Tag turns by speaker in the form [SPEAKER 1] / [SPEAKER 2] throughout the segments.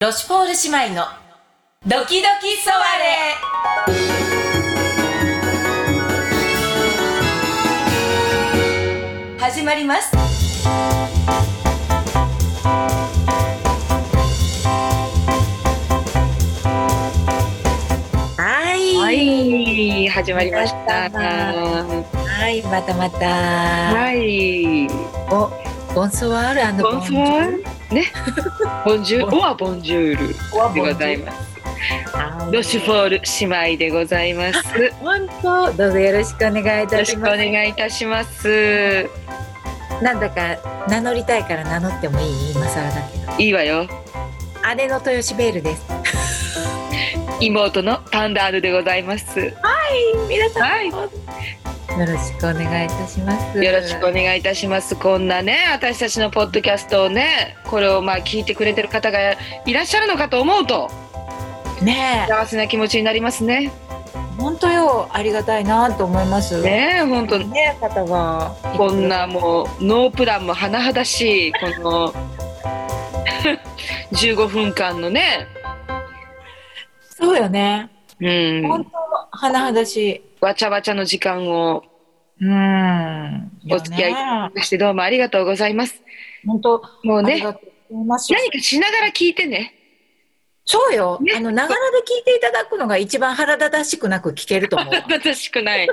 [SPEAKER 1] ロシュポール姉妹のドキドキソワレ始まりますはい
[SPEAKER 2] はい、始まりました。は
[SPEAKER 1] はいまたまた
[SPEAKER 2] い、
[SPEAKER 1] おボンソワールあの
[SPEAKER 2] ボンソワールね、 ボンジュール、オアボンジュールでございます。
[SPEAKER 1] ル
[SPEAKER 2] ロシュフォール姉妹でございます。よ
[SPEAKER 1] 本当どうぞよろしくお願いいた
[SPEAKER 2] ろし
[SPEAKER 1] し
[SPEAKER 2] くお
[SPEAKER 1] ます
[SPEAKER 2] 願いいたします。
[SPEAKER 1] なんだか名乗りたいから名乗ってもいい今更だけど
[SPEAKER 2] いいわよ。
[SPEAKER 1] 姉の豊シベールです
[SPEAKER 2] 妹のパンダールでございます。
[SPEAKER 1] 皆さ
[SPEAKER 2] はい、よ
[SPEAKER 1] よろしくお願いいたします。
[SPEAKER 2] ろしくお願いいたします。こんなね、私たちのポッドキャストをね、これをまあ聞いてくれてる方がいらっしゃるのかと思うと、
[SPEAKER 1] ねえ、
[SPEAKER 2] 幸せな気持ちになりますね。
[SPEAKER 1] 本当よ、ありがたいなと思います。
[SPEAKER 2] ね、本当
[SPEAKER 1] ねえ、方が。
[SPEAKER 2] こん。なもうノープランも甚だしいこの 15分間のね、
[SPEAKER 1] そうよね。
[SPEAKER 2] うん
[SPEAKER 1] 本、当、甚だしい。
[SPEAKER 2] わちゃわちゃの時間を
[SPEAKER 1] うん。
[SPEAKER 2] お付き合いいただ
[SPEAKER 1] ね
[SPEAKER 2] きましてどうもありがとうございます。
[SPEAKER 1] 本当、
[SPEAKER 2] もう
[SPEAKER 1] あり
[SPEAKER 2] ね
[SPEAKER 1] がとうございます。
[SPEAKER 2] 何かしながら聞いてね。
[SPEAKER 1] そうよ、
[SPEAKER 2] ね
[SPEAKER 1] あの、ながらで聞いていただくのが一番腹立たしくなく聞けると思うわ。
[SPEAKER 2] 正しく ない。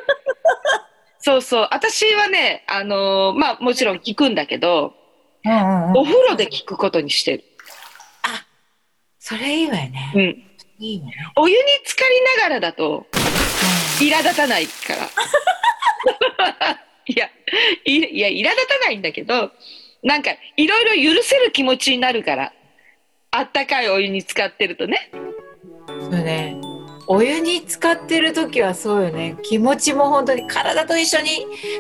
[SPEAKER 2] そうそう私はねあのーまあもちろん聞くんだけど
[SPEAKER 1] うんうんうん
[SPEAKER 2] お風呂で聞くことにしてる、
[SPEAKER 1] それいいわよね
[SPEAKER 2] う。ん、
[SPEAKER 1] いいわね。
[SPEAKER 2] お湯に浸かりながらだと苛立たないから。いや、いいや、苛立たないんだけど、なんか、いろいろ許せる気持ちになるから。あったかいお湯に使ってるとね。
[SPEAKER 1] うんそうね。お湯に浸かってる時はそうよね気持ちも本当に体と一緒に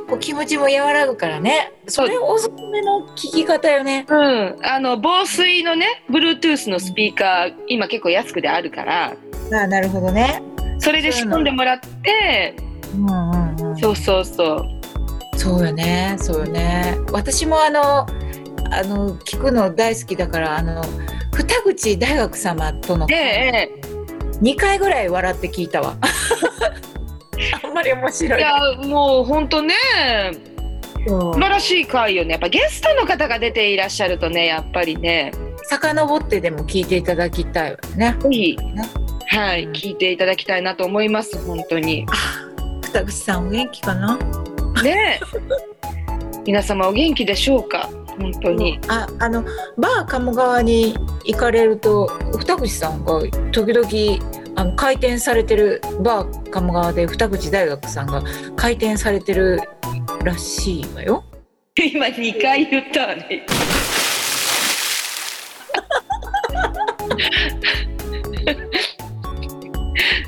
[SPEAKER 1] こう気持ちも和らぐからねそれおすすめの聞き方よね
[SPEAKER 2] うん。あの、防水のね、Bluetooth のスピーカー、今結構安くであるから、
[SPEAKER 1] あなるほどね
[SPEAKER 2] それで仕込んでもらって、
[SPEAKER 1] うんうんうん
[SPEAKER 2] そうそうそう。
[SPEAKER 1] そうよねそうよね私もあのあの聞くの大好きだからあの二口大学様との
[SPEAKER 2] で、え
[SPEAKER 1] 2回ぐらい笑って聞いたわ あんまり面白
[SPEAKER 2] えい
[SPEAKER 1] い
[SPEAKER 2] や、もうほんとね、
[SPEAKER 1] そう
[SPEAKER 2] 素晴らしい回よね。やっぱゲストの方が出ていらっしゃるとね、やっぱりね、
[SPEAKER 1] 遡ってでも聞いていただきたいわね
[SPEAKER 2] ぜひ
[SPEAKER 1] ね、
[SPEAKER 2] はい、聞いていただきたいなと思います、本当に。
[SPEAKER 1] 二口さんお元気かな
[SPEAKER 2] ねえ皆様お元気でしょうか、本当に。
[SPEAKER 1] ああのバー鴨川に行かれると二口さんが時々あの開店されてるバー鴨川で二口大学さんが開店されてるらしいわよ。
[SPEAKER 2] 今2回言ったわね。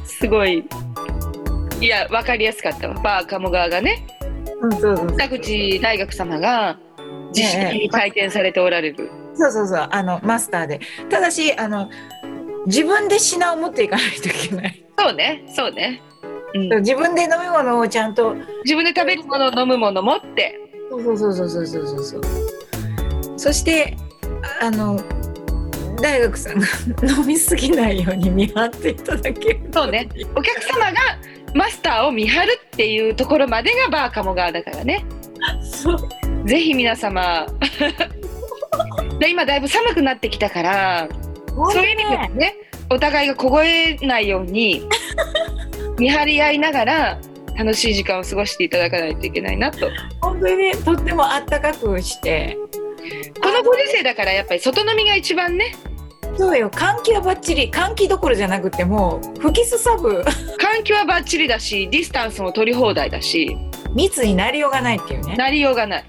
[SPEAKER 2] すごい。いや、わかりやすかったわ。バー鴨川がね、
[SPEAKER 1] うん、そうそう
[SPEAKER 2] 田口大学様が自主的に開店されておられる。
[SPEAKER 1] そうそうそうあのマスターでただしあの自分で品を持っていかないといけない
[SPEAKER 2] そうね、そうね。うん、
[SPEAKER 1] 自分で飲み物をちゃんと
[SPEAKER 2] 自分で食べるもの飲むもの持って
[SPEAKER 1] そうそうそうそうそうそうそうそしてああの大学さんが飲みすぎないように見張っていただける
[SPEAKER 2] そうねお客様がマスターを見張るっていうところまでがバーカモ側だからね
[SPEAKER 1] そう
[SPEAKER 2] ぜひ皆様で今だいぶ寒くなってきたからそういう意味ではねお互いが凍えないように見張り合いながら楽しい時間を過ごしていただかないといけないなとこ
[SPEAKER 1] 本当にねとってもあったかくして
[SPEAKER 2] のご時世だからやっぱり外飲みが一番ね
[SPEAKER 1] そうよ換気はばっちり換気どころじゃなくてもう吹きすさぶ
[SPEAKER 2] 換気はバッチリだしディスタンスも取り放題だし
[SPEAKER 1] 密になりようがないっていうね
[SPEAKER 2] なりようがない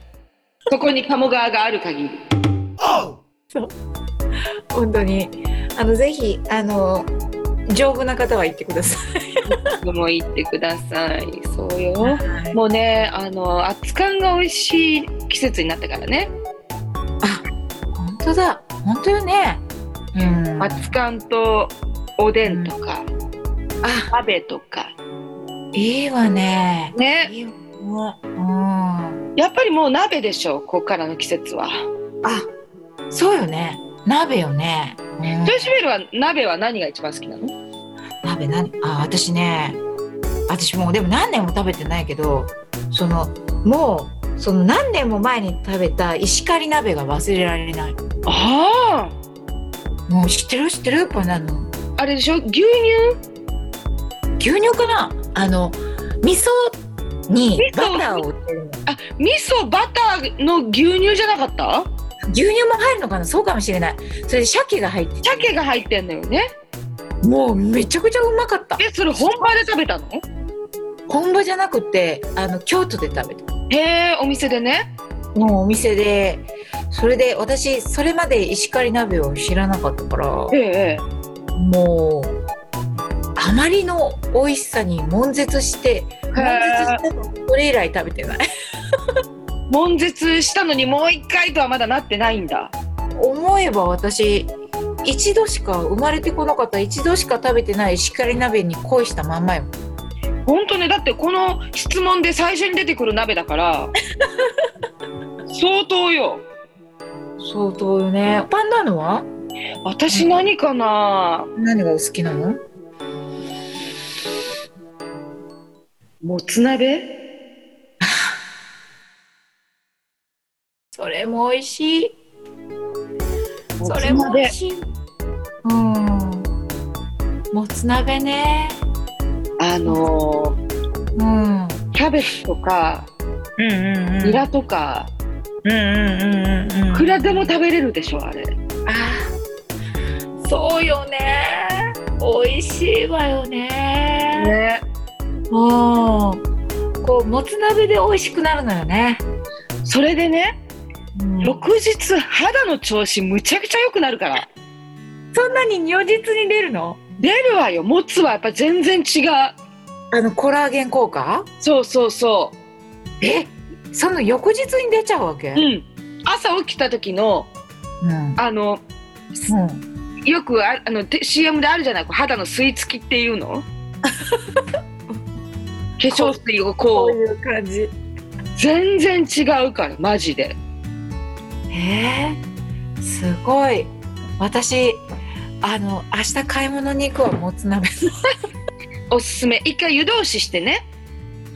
[SPEAKER 2] そこに鴨川がある限り
[SPEAKER 1] 本当にあのぜひあの丈夫な方は行ってくださ
[SPEAKER 2] もう行ってください。そう
[SPEAKER 1] い、
[SPEAKER 2] よ。もうね、あの熱燗が美味しい季節になったからね。
[SPEAKER 1] 本当だ本当よねうんあ
[SPEAKER 2] 熱燗とおでんとか、鍋とか。
[SPEAKER 1] いいわね
[SPEAKER 2] ね、
[SPEAKER 1] いいわうん
[SPEAKER 2] やっぱりもう鍋でしょここからの季節は。
[SPEAKER 1] あそうよね鍋よねね
[SPEAKER 2] ジョイシュベルは鍋は何が一番好きなの
[SPEAKER 1] 鍋なあ私ね私もうでも何年も食べてないけどそのもうその何年も前に食べた石狩鍋が忘れられない
[SPEAKER 2] あ
[SPEAKER 1] もう知ってる知ってるこれあの
[SPEAKER 2] ああれでしょ牛乳
[SPEAKER 1] 牛乳かなあの味噌に
[SPEAKER 2] 味噌
[SPEAKER 1] バターを入れるの
[SPEAKER 2] あ味噌バターの牛乳じゃなかった
[SPEAKER 1] 牛乳も入るのかなそうかもしれないそれで鮭が入ってて
[SPEAKER 2] 鮭が入ってんのよね
[SPEAKER 1] もうめちゃくちゃうまかった
[SPEAKER 2] えそれ本場で食べたの
[SPEAKER 1] 本場じゃなくてあの京都で食べた
[SPEAKER 2] へえお店でね
[SPEAKER 1] のお店でそれで私それまで石狩鍋を知らなかったから
[SPEAKER 2] ええ
[SPEAKER 1] もうあまりの美味しさに悶絶して悶絶してもそれ以来食べてない
[SPEAKER 2] 悶絶したのにもう一回とはまだなってないんだ
[SPEAKER 1] 思えば私一度しか生まれてこなかった一度しか食べてない石狩鍋に恋したまんまよ
[SPEAKER 2] 本当ねだってこの質問で最初に出てくる鍋だから 相当よ
[SPEAKER 1] 相当よねパンダのは
[SPEAKER 2] 私何かな、
[SPEAKER 1] 何がお好きなの
[SPEAKER 2] もつ鍋
[SPEAKER 1] それも美味しいそれも美
[SPEAKER 2] もつ鍋
[SPEAKER 1] 味しいうんもつ鍋ね
[SPEAKER 2] あのー
[SPEAKER 1] うん
[SPEAKER 2] キャベツとか
[SPEAKER 1] うんうんうん
[SPEAKER 2] ニラとか、
[SPEAKER 1] うんうんうんうん
[SPEAKER 2] いくらでも食べれるでしょあれ
[SPEAKER 1] あーそうよね美味しいわよね
[SPEAKER 2] ね
[SPEAKER 1] うんこうもつ鍋で美味しくなるのよね、
[SPEAKER 2] それでね
[SPEAKER 1] うん
[SPEAKER 2] 翌日肌の調子むちゃくちゃ良くなるから
[SPEAKER 1] そんなに如実に出るの
[SPEAKER 2] 出るわよもつはやっぱ全然違う
[SPEAKER 1] あのコラーゲン効果
[SPEAKER 2] そうそうそ
[SPEAKER 1] えその翌日に出ちゃうわけ、
[SPEAKER 2] ううん朝起きた時の
[SPEAKER 1] うん
[SPEAKER 2] あの
[SPEAKER 1] うん
[SPEAKER 2] よくああのて CM であるじゃないこう肌の吸い付きっていうの化粧水を
[SPEAKER 1] こう
[SPEAKER 2] こう
[SPEAKER 1] いう感じ
[SPEAKER 2] 全然違うからマジで
[SPEAKER 1] えー、すごい私あの明日買い物に行くわもつ鍋
[SPEAKER 2] おすすめ一回湯通ししてね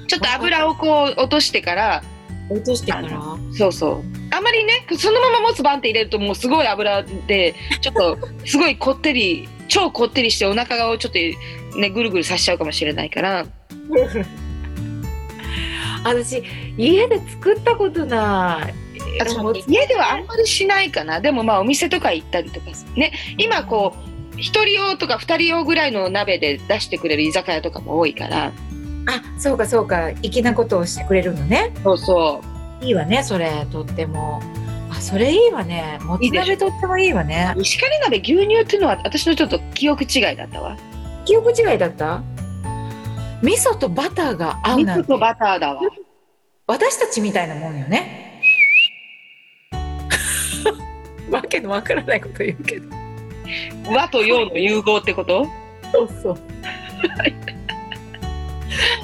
[SPEAKER 2] ちょっと油をこう落としてから
[SPEAKER 1] 落としてから
[SPEAKER 2] そうそうあんまりねそのまま持つバンって入れるともうすごい油でちょっとすごいこってり超こってりしてお腹をちょっとねぐるぐるさせちゃうかもしれないから
[SPEAKER 1] 私家で作ったことない
[SPEAKER 2] 私も
[SPEAKER 1] もつ
[SPEAKER 2] 家ではあんまりしないかなでもまあお店とか行ったりとかね今こう1人用とか2人用ぐらいの鍋で出してくれる居酒屋とかも多いから
[SPEAKER 1] あそうかそうか粋なことをしてくれるのね
[SPEAKER 2] そうそ
[SPEAKER 1] いいわねそれとってもあそれいいわねも
[SPEAKER 2] い
[SPEAKER 1] つ
[SPEAKER 2] いでし
[SPEAKER 1] 鍋とってもいいわね
[SPEAKER 2] う石狩鍋牛乳っていうのは私のちょっと記憶違いだったわ
[SPEAKER 1] 記憶違いだった味噌とバターが合うな
[SPEAKER 2] 肉
[SPEAKER 1] んて
[SPEAKER 2] とバターだわ
[SPEAKER 1] 私たちみたいなもんよね わけのわからないこと言うけど
[SPEAKER 2] 和と洋の融合ってこと
[SPEAKER 1] そうそう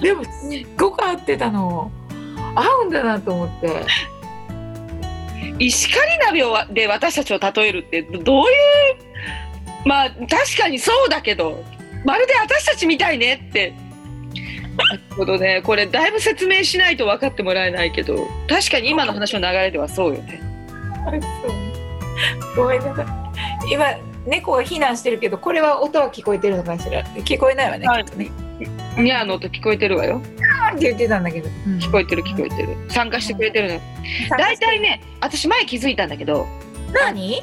[SPEAKER 1] でもすっごく合ってたの合うんだなと思って
[SPEAKER 2] 石狩鍋をで私たちを例えるってどういうまあ確かにそうだけどまるで私たちみたいねって。なるほどねこれだいぶ説明しないと分かってもらえないけど確かに今の話の流れではそうよね
[SPEAKER 1] ごめんなさい。今猫が避難してるけど、これは音は聞こえてるのかしら。聞こえないわね。
[SPEAKER 2] はい
[SPEAKER 1] きっとね。
[SPEAKER 2] ニャーの音聞こえてるわよ
[SPEAKER 1] あーって言ってたんだけど。
[SPEAKER 2] 聞こえてる聞こえてる参加してくれてるの大体ね私前気づいたんだけど
[SPEAKER 1] 何？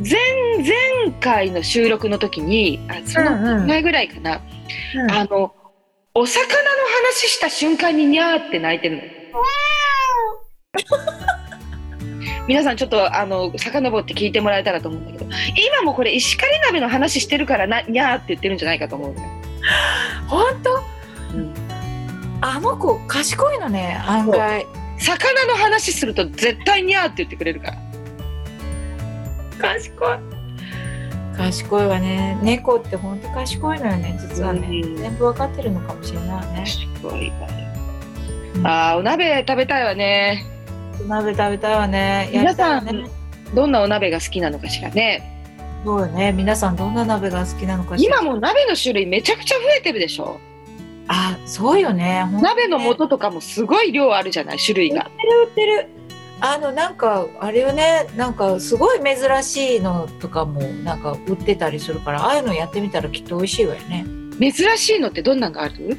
[SPEAKER 2] 前々回の収録の時にあその
[SPEAKER 1] うん
[SPEAKER 2] 前ぐらいかな、あのお魚の話した瞬間にニャーって泣いてるの。皆さんちょっとあの遡って聞いてもらえたらと思うんだけど今もこれ石狩鍋の話してるからなにゃーって言ってるんじゃないかと思うのよ、
[SPEAKER 1] 本当？
[SPEAKER 2] うん
[SPEAKER 1] あの子賢いのね。案外。
[SPEAKER 2] 魚の話すると絶対にゃーって言ってくれるから
[SPEAKER 1] 賢い。賢いわね。猫って本当賢いのよね。実はね。
[SPEAKER 2] うん
[SPEAKER 1] 全部わかってるのかもしれないね。
[SPEAKER 2] すごいわよあーお鍋食べたいわね
[SPEAKER 1] 鍋食べたいわね。やりたいわね
[SPEAKER 2] 皆どんなお鍋が好きなのかしらね
[SPEAKER 1] そうね皆さんどんな鍋が好きなのかしら
[SPEAKER 2] 今もう鍋の種類めちゃくちゃ増えてるでしょ
[SPEAKER 1] あそうよねほんと
[SPEAKER 2] 鍋の素とかもすごい量あるじゃない種類が
[SPEAKER 1] 売ってるあのなんかあれよねなんかすごい珍しいのとかもなんか売ってたりするからああいうのやってみたらきっと美味しいわよね
[SPEAKER 2] 珍しいのってどんなんがある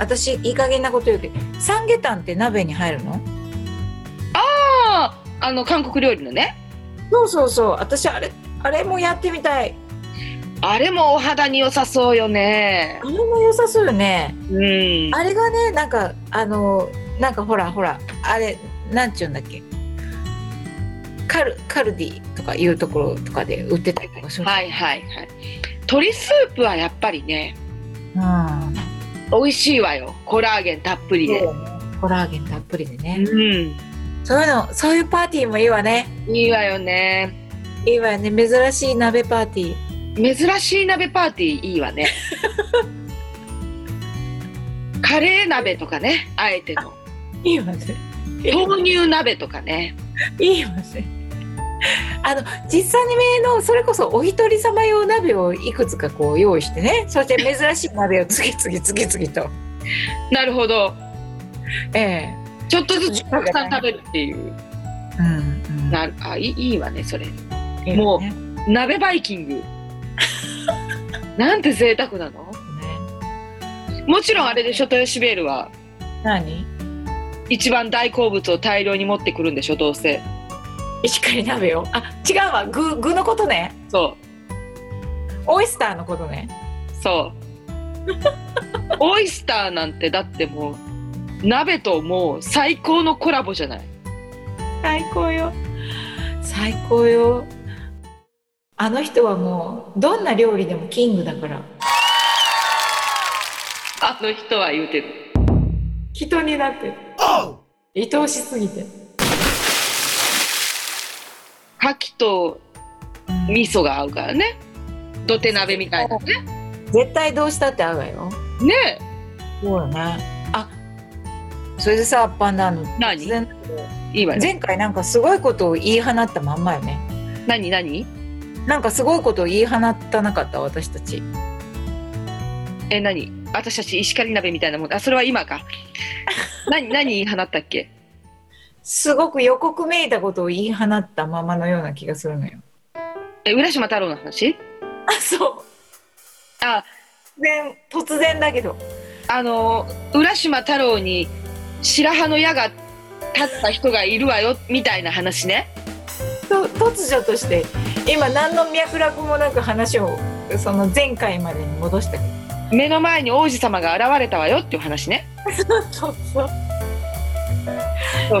[SPEAKER 1] 私いい加減なこと言うけど三下タンって鍋に入るの
[SPEAKER 2] あああの韓国料理のね
[SPEAKER 1] そうそうそう私あれあれもやってみたい
[SPEAKER 2] あれもお肌に良さそうよね
[SPEAKER 1] あれも良さそうよね
[SPEAKER 2] うん
[SPEAKER 1] あれがねなんかあのなんかほらほらあれなんちゅうんだっけカルカルディとかいうところとかで売ってたりとかする、
[SPEAKER 2] はいはいはい鶏スープはやっぱりね
[SPEAKER 1] うん
[SPEAKER 2] 美味しいわよコラーゲンたっぷりで
[SPEAKER 1] コラーゲンたっぷりでね、
[SPEAKER 2] うん
[SPEAKER 1] そういうのそういうパーティーもいいわね
[SPEAKER 2] いいわよね
[SPEAKER 1] いいわよね珍しい鍋パーティー
[SPEAKER 2] 珍しい鍋パーティーいいわねカレー鍋とかねあえての
[SPEAKER 1] いいわね
[SPEAKER 2] 豆乳鍋とかね
[SPEAKER 1] いいわねあの実際にめのそれこそお一人様用鍋をいくつかこう用意してねそして珍しい鍋を次々次々 と
[SPEAKER 2] なるほど
[SPEAKER 1] ええ
[SPEAKER 2] ちょっとずつたくさん食べるっていう
[SPEAKER 1] うん
[SPEAKER 2] なるあいいいいわねそれ
[SPEAKER 1] うん
[SPEAKER 2] もう
[SPEAKER 1] ね
[SPEAKER 2] 鍋バイキング なんて贅沢なのもちろんあれでしょ豊シベールは
[SPEAKER 1] 何
[SPEAKER 2] 一番大好物を大量に持ってくるんでしょどうせ
[SPEAKER 1] しっかり鍋をあ違うわ具具のことね
[SPEAKER 2] そ
[SPEAKER 1] オイスターのことね
[SPEAKER 2] うそう オイスターなんてだってもう鍋ともう最高のコラボじゃない
[SPEAKER 1] 最高よ最高よあの人はもうどんな料理でもキングだから
[SPEAKER 2] あの人は言うてる
[SPEAKER 1] 人になってる愛おしすぎて
[SPEAKER 2] 牡蠣と味噌が合うからね土手鍋みたいなね
[SPEAKER 1] 絶対どうしたって合うわよ
[SPEAKER 2] ね
[SPEAKER 1] そうよねあそれでさパンダの
[SPEAKER 2] 何
[SPEAKER 1] 前
[SPEAKER 2] えいいわよ
[SPEAKER 1] 前回なんかすごいことを言い放ったまんまよね
[SPEAKER 2] 何何
[SPEAKER 1] なんかすごいことを言い放ったなかった私たち
[SPEAKER 2] え何私たち石狩鍋みたいなもんあそれは今か何何放ったっけ
[SPEAKER 1] すごく予告めいたことを言い放ったままのような気がするのよ
[SPEAKER 2] え浦島太郎の話
[SPEAKER 1] あそう
[SPEAKER 2] あ
[SPEAKER 1] 突然突然だけど
[SPEAKER 2] あの浦島太郎に白羽の矢が立った人がいるわよみたいな話ね
[SPEAKER 1] と突如として今何の脈絡もなく話をその前回までに戻したけ
[SPEAKER 2] 目の前に王子様が現れたわよっていう話ね
[SPEAKER 1] どそうそう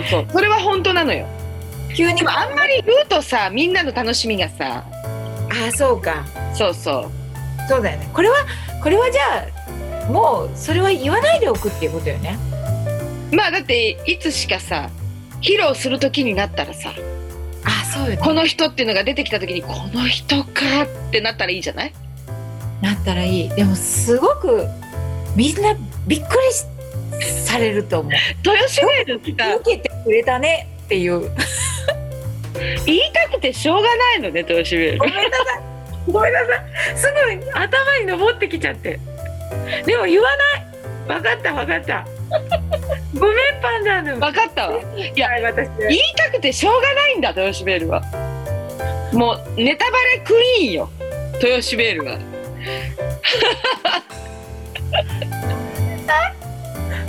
[SPEAKER 2] そうそうそれは本当なのよ
[SPEAKER 1] 急に
[SPEAKER 2] でもあんまり言うとさみんなの楽しみがさ
[SPEAKER 1] あそうか
[SPEAKER 2] そうそう
[SPEAKER 1] そうだよねこれはこれはじゃあもうそれは言わないでおくっていうことよね
[SPEAKER 2] まあだっていつしかさ披露する時になったらさ
[SPEAKER 1] あそうよね
[SPEAKER 2] この人っていうのが出てきた時にこの人かってなったらいいじゃない
[SPEAKER 1] なったらいいでもすごくみんなびっくりしされると思う
[SPEAKER 2] 豊洲メールさ
[SPEAKER 1] 受けてくれたねっていう
[SPEAKER 2] 言いたくてしょうがないのね豊洲メール
[SPEAKER 1] ごめんなさい。ごめんなさい。すぐ頭に登ってきちゃって。でも言わない。わかったわかった。ごめんパンダの。
[SPEAKER 2] 分かったわ
[SPEAKER 1] はい私。
[SPEAKER 2] 言いたくてしょうがないんだ豊シベールはもうネタバレクイーンよ豊シベールは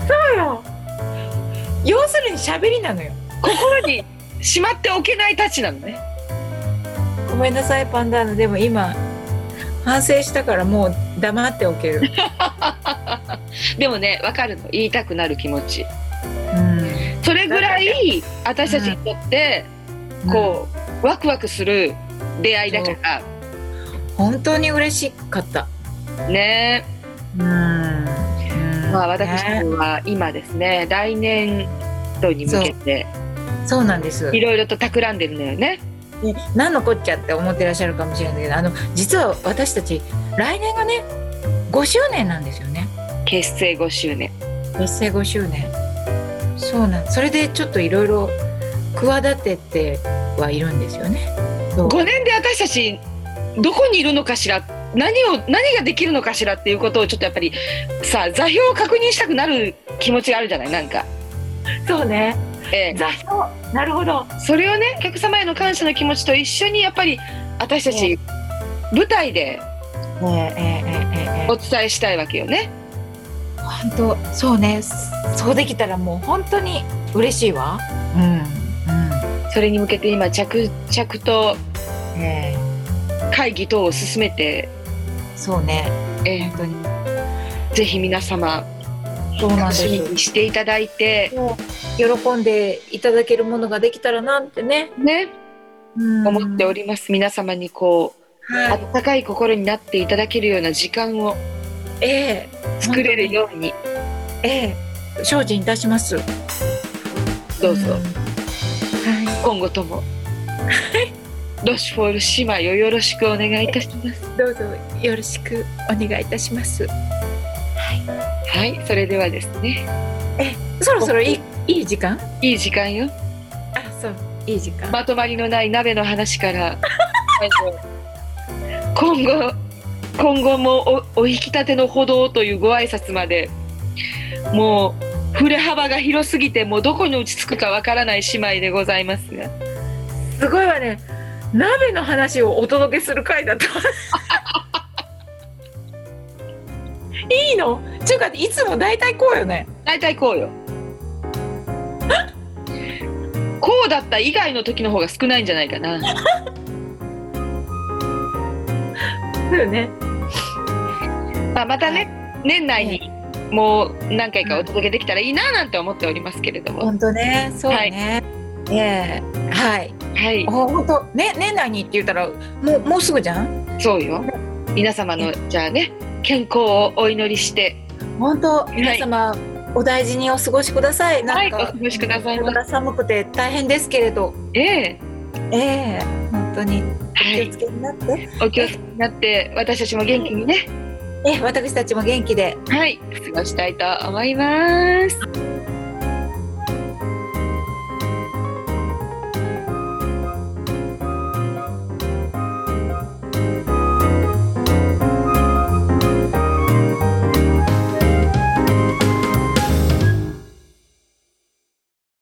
[SPEAKER 1] そうよ。要するに喋りなのよ。
[SPEAKER 2] 心にしまっておけないたちなのね
[SPEAKER 1] ごめんなさいパンダの。でも今反省したからもう黙っておける。
[SPEAKER 2] でもね分かるの言いたくなる気持ち
[SPEAKER 1] う
[SPEAKER 2] それぐらい私たちにとってこうワクワクする出会いだか
[SPEAKER 1] う本当に嬉しかった。
[SPEAKER 2] らね
[SPEAKER 1] うん。ま
[SPEAKER 2] まあ私たちは今ですね来年度に向けて
[SPEAKER 1] そうなんです。
[SPEAKER 2] いろいろと企んでるのよね
[SPEAKER 1] ね何のこっちゃって思ってらっしゃるかもしれないけどあの実は私たち来年がね5周年なんですよね
[SPEAKER 2] 結成5周年
[SPEAKER 1] 結成5周年そうなんそれでちょっといろいろ企ててはいるんですよねそう
[SPEAKER 2] 5年で私たちどこにいるのかしら何を何ができるのかしらっていうことをちょっとやっぱりさ座標を確認したくなる気持ちがあるじゃないなんか、
[SPEAKER 1] そうね
[SPEAKER 2] ええ
[SPEAKER 1] 座標なるほど
[SPEAKER 2] それをねお客様への感謝の気持ちと一緒にやっぱり私たち舞台で
[SPEAKER 1] ええええええ
[SPEAKER 2] お伝えしたいわけよね。
[SPEAKER 1] 本当そうねそうできたらもう本当に嬉しいわうん
[SPEAKER 2] それに向けて今着々と
[SPEAKER 1] うんええ
[SPEAKER 2] 会議等を進めて、
[SPEAKER 1] そうね
[SPEAKER 2] え
[SPEAKER 1] 本当に
[SPEAKER 2] えぜひ皆様
[SPEAKER 1] そうなん
[SPEAKER 2] 楽
[SPEAKER 1] で
[SPEAKER 2] しみに
[SPEAKER 1] す
[SPEAKER 2] していただいて
[SPEAKER 1] 喜んでいただけるものができたらなってね、
[SPEAKER 2] ね
[SPEAKER 1] うん
[SPEAKER 2] 思っております皆様にこう
[SPEAKER 1] はい
[SPEAKER 2] 温かい心になっていただけるような時間を
[SPEAKER 1] ええ
[SPEAKER 2] 作れるように
[SPEAKER 1] ええ精進いたします
[SPEAKER 2] どうぞ
[SPEAKER 1] んは
[SPEAKER 2] 今後ともロシュフォール姉妹をよろしくお願いいたします
[SPEAKER 1] いどうぞよろしくお願いいたします
[SPEAKER 2] はいそれではですね
[SPEAKER 1] そろそろいいいい時間
[SPEAKER 2] いい時間よ
[SPEAKER 1] あそういい時間
[SPEAKER 2] まとまりのない鍋の話から あの今後今後もおお引き立ての歩道というご挨拶までもう振れ幅が広すぎてもうどこに落ち着くかわからない姉妹でございますが
[SPEAKER 1] すごいわね鍋の話をお届けする回だったいいのちゅうかいつも大体こうよね
[SPEAKER 2] 大体こうよ こうだった以外の時の方が少ないんじゃないかな
[SPEAKER 1] そうよね
[SPEAKER 2] まあ、またね、年内にもう何回かお届けできたらいいななんて思っておりますけれども、
[SPEAKER 1] 本当ねそうね、ええはい
[SPEAKER 2] はい
[SPEAKER 1] お、本当ね年内にって言ったらもうもうすぐじゃん
[SPEAKER 2] そうよ。皆様のじゃあね、健康をお祈りして、
[SPEAKER 1] 本当皆様、お大事にお過ごしください。
[SPEAKER 2] は
[SPEAKER 1] なん
[SPEAKER 2] い、お
[SPEAKER 1] か、
[SPEAKER 2] 過ごしください
[SPEAKER 1] これ
[SPEAKER 2] ま
[SPEAKER 1] か
[SPEAKER 2] せ。
[SPEAKER 1] ら寒くて大変ですけれど、
[SPEAKER 2] ええ
[SPEAKER 1] ええ本当に
[SPEAKER 2] は
[SPEAKER 1] 気を
[SPEAKER 2] い
[SPEAKER 1] つ、けになって、
[SPEAKER 2] お気をつけになって、私たちも元気にね、
[SPEAKER 1] ええ私たちも元気で
[SPEAKER 2] はい、過ごしたいと思います。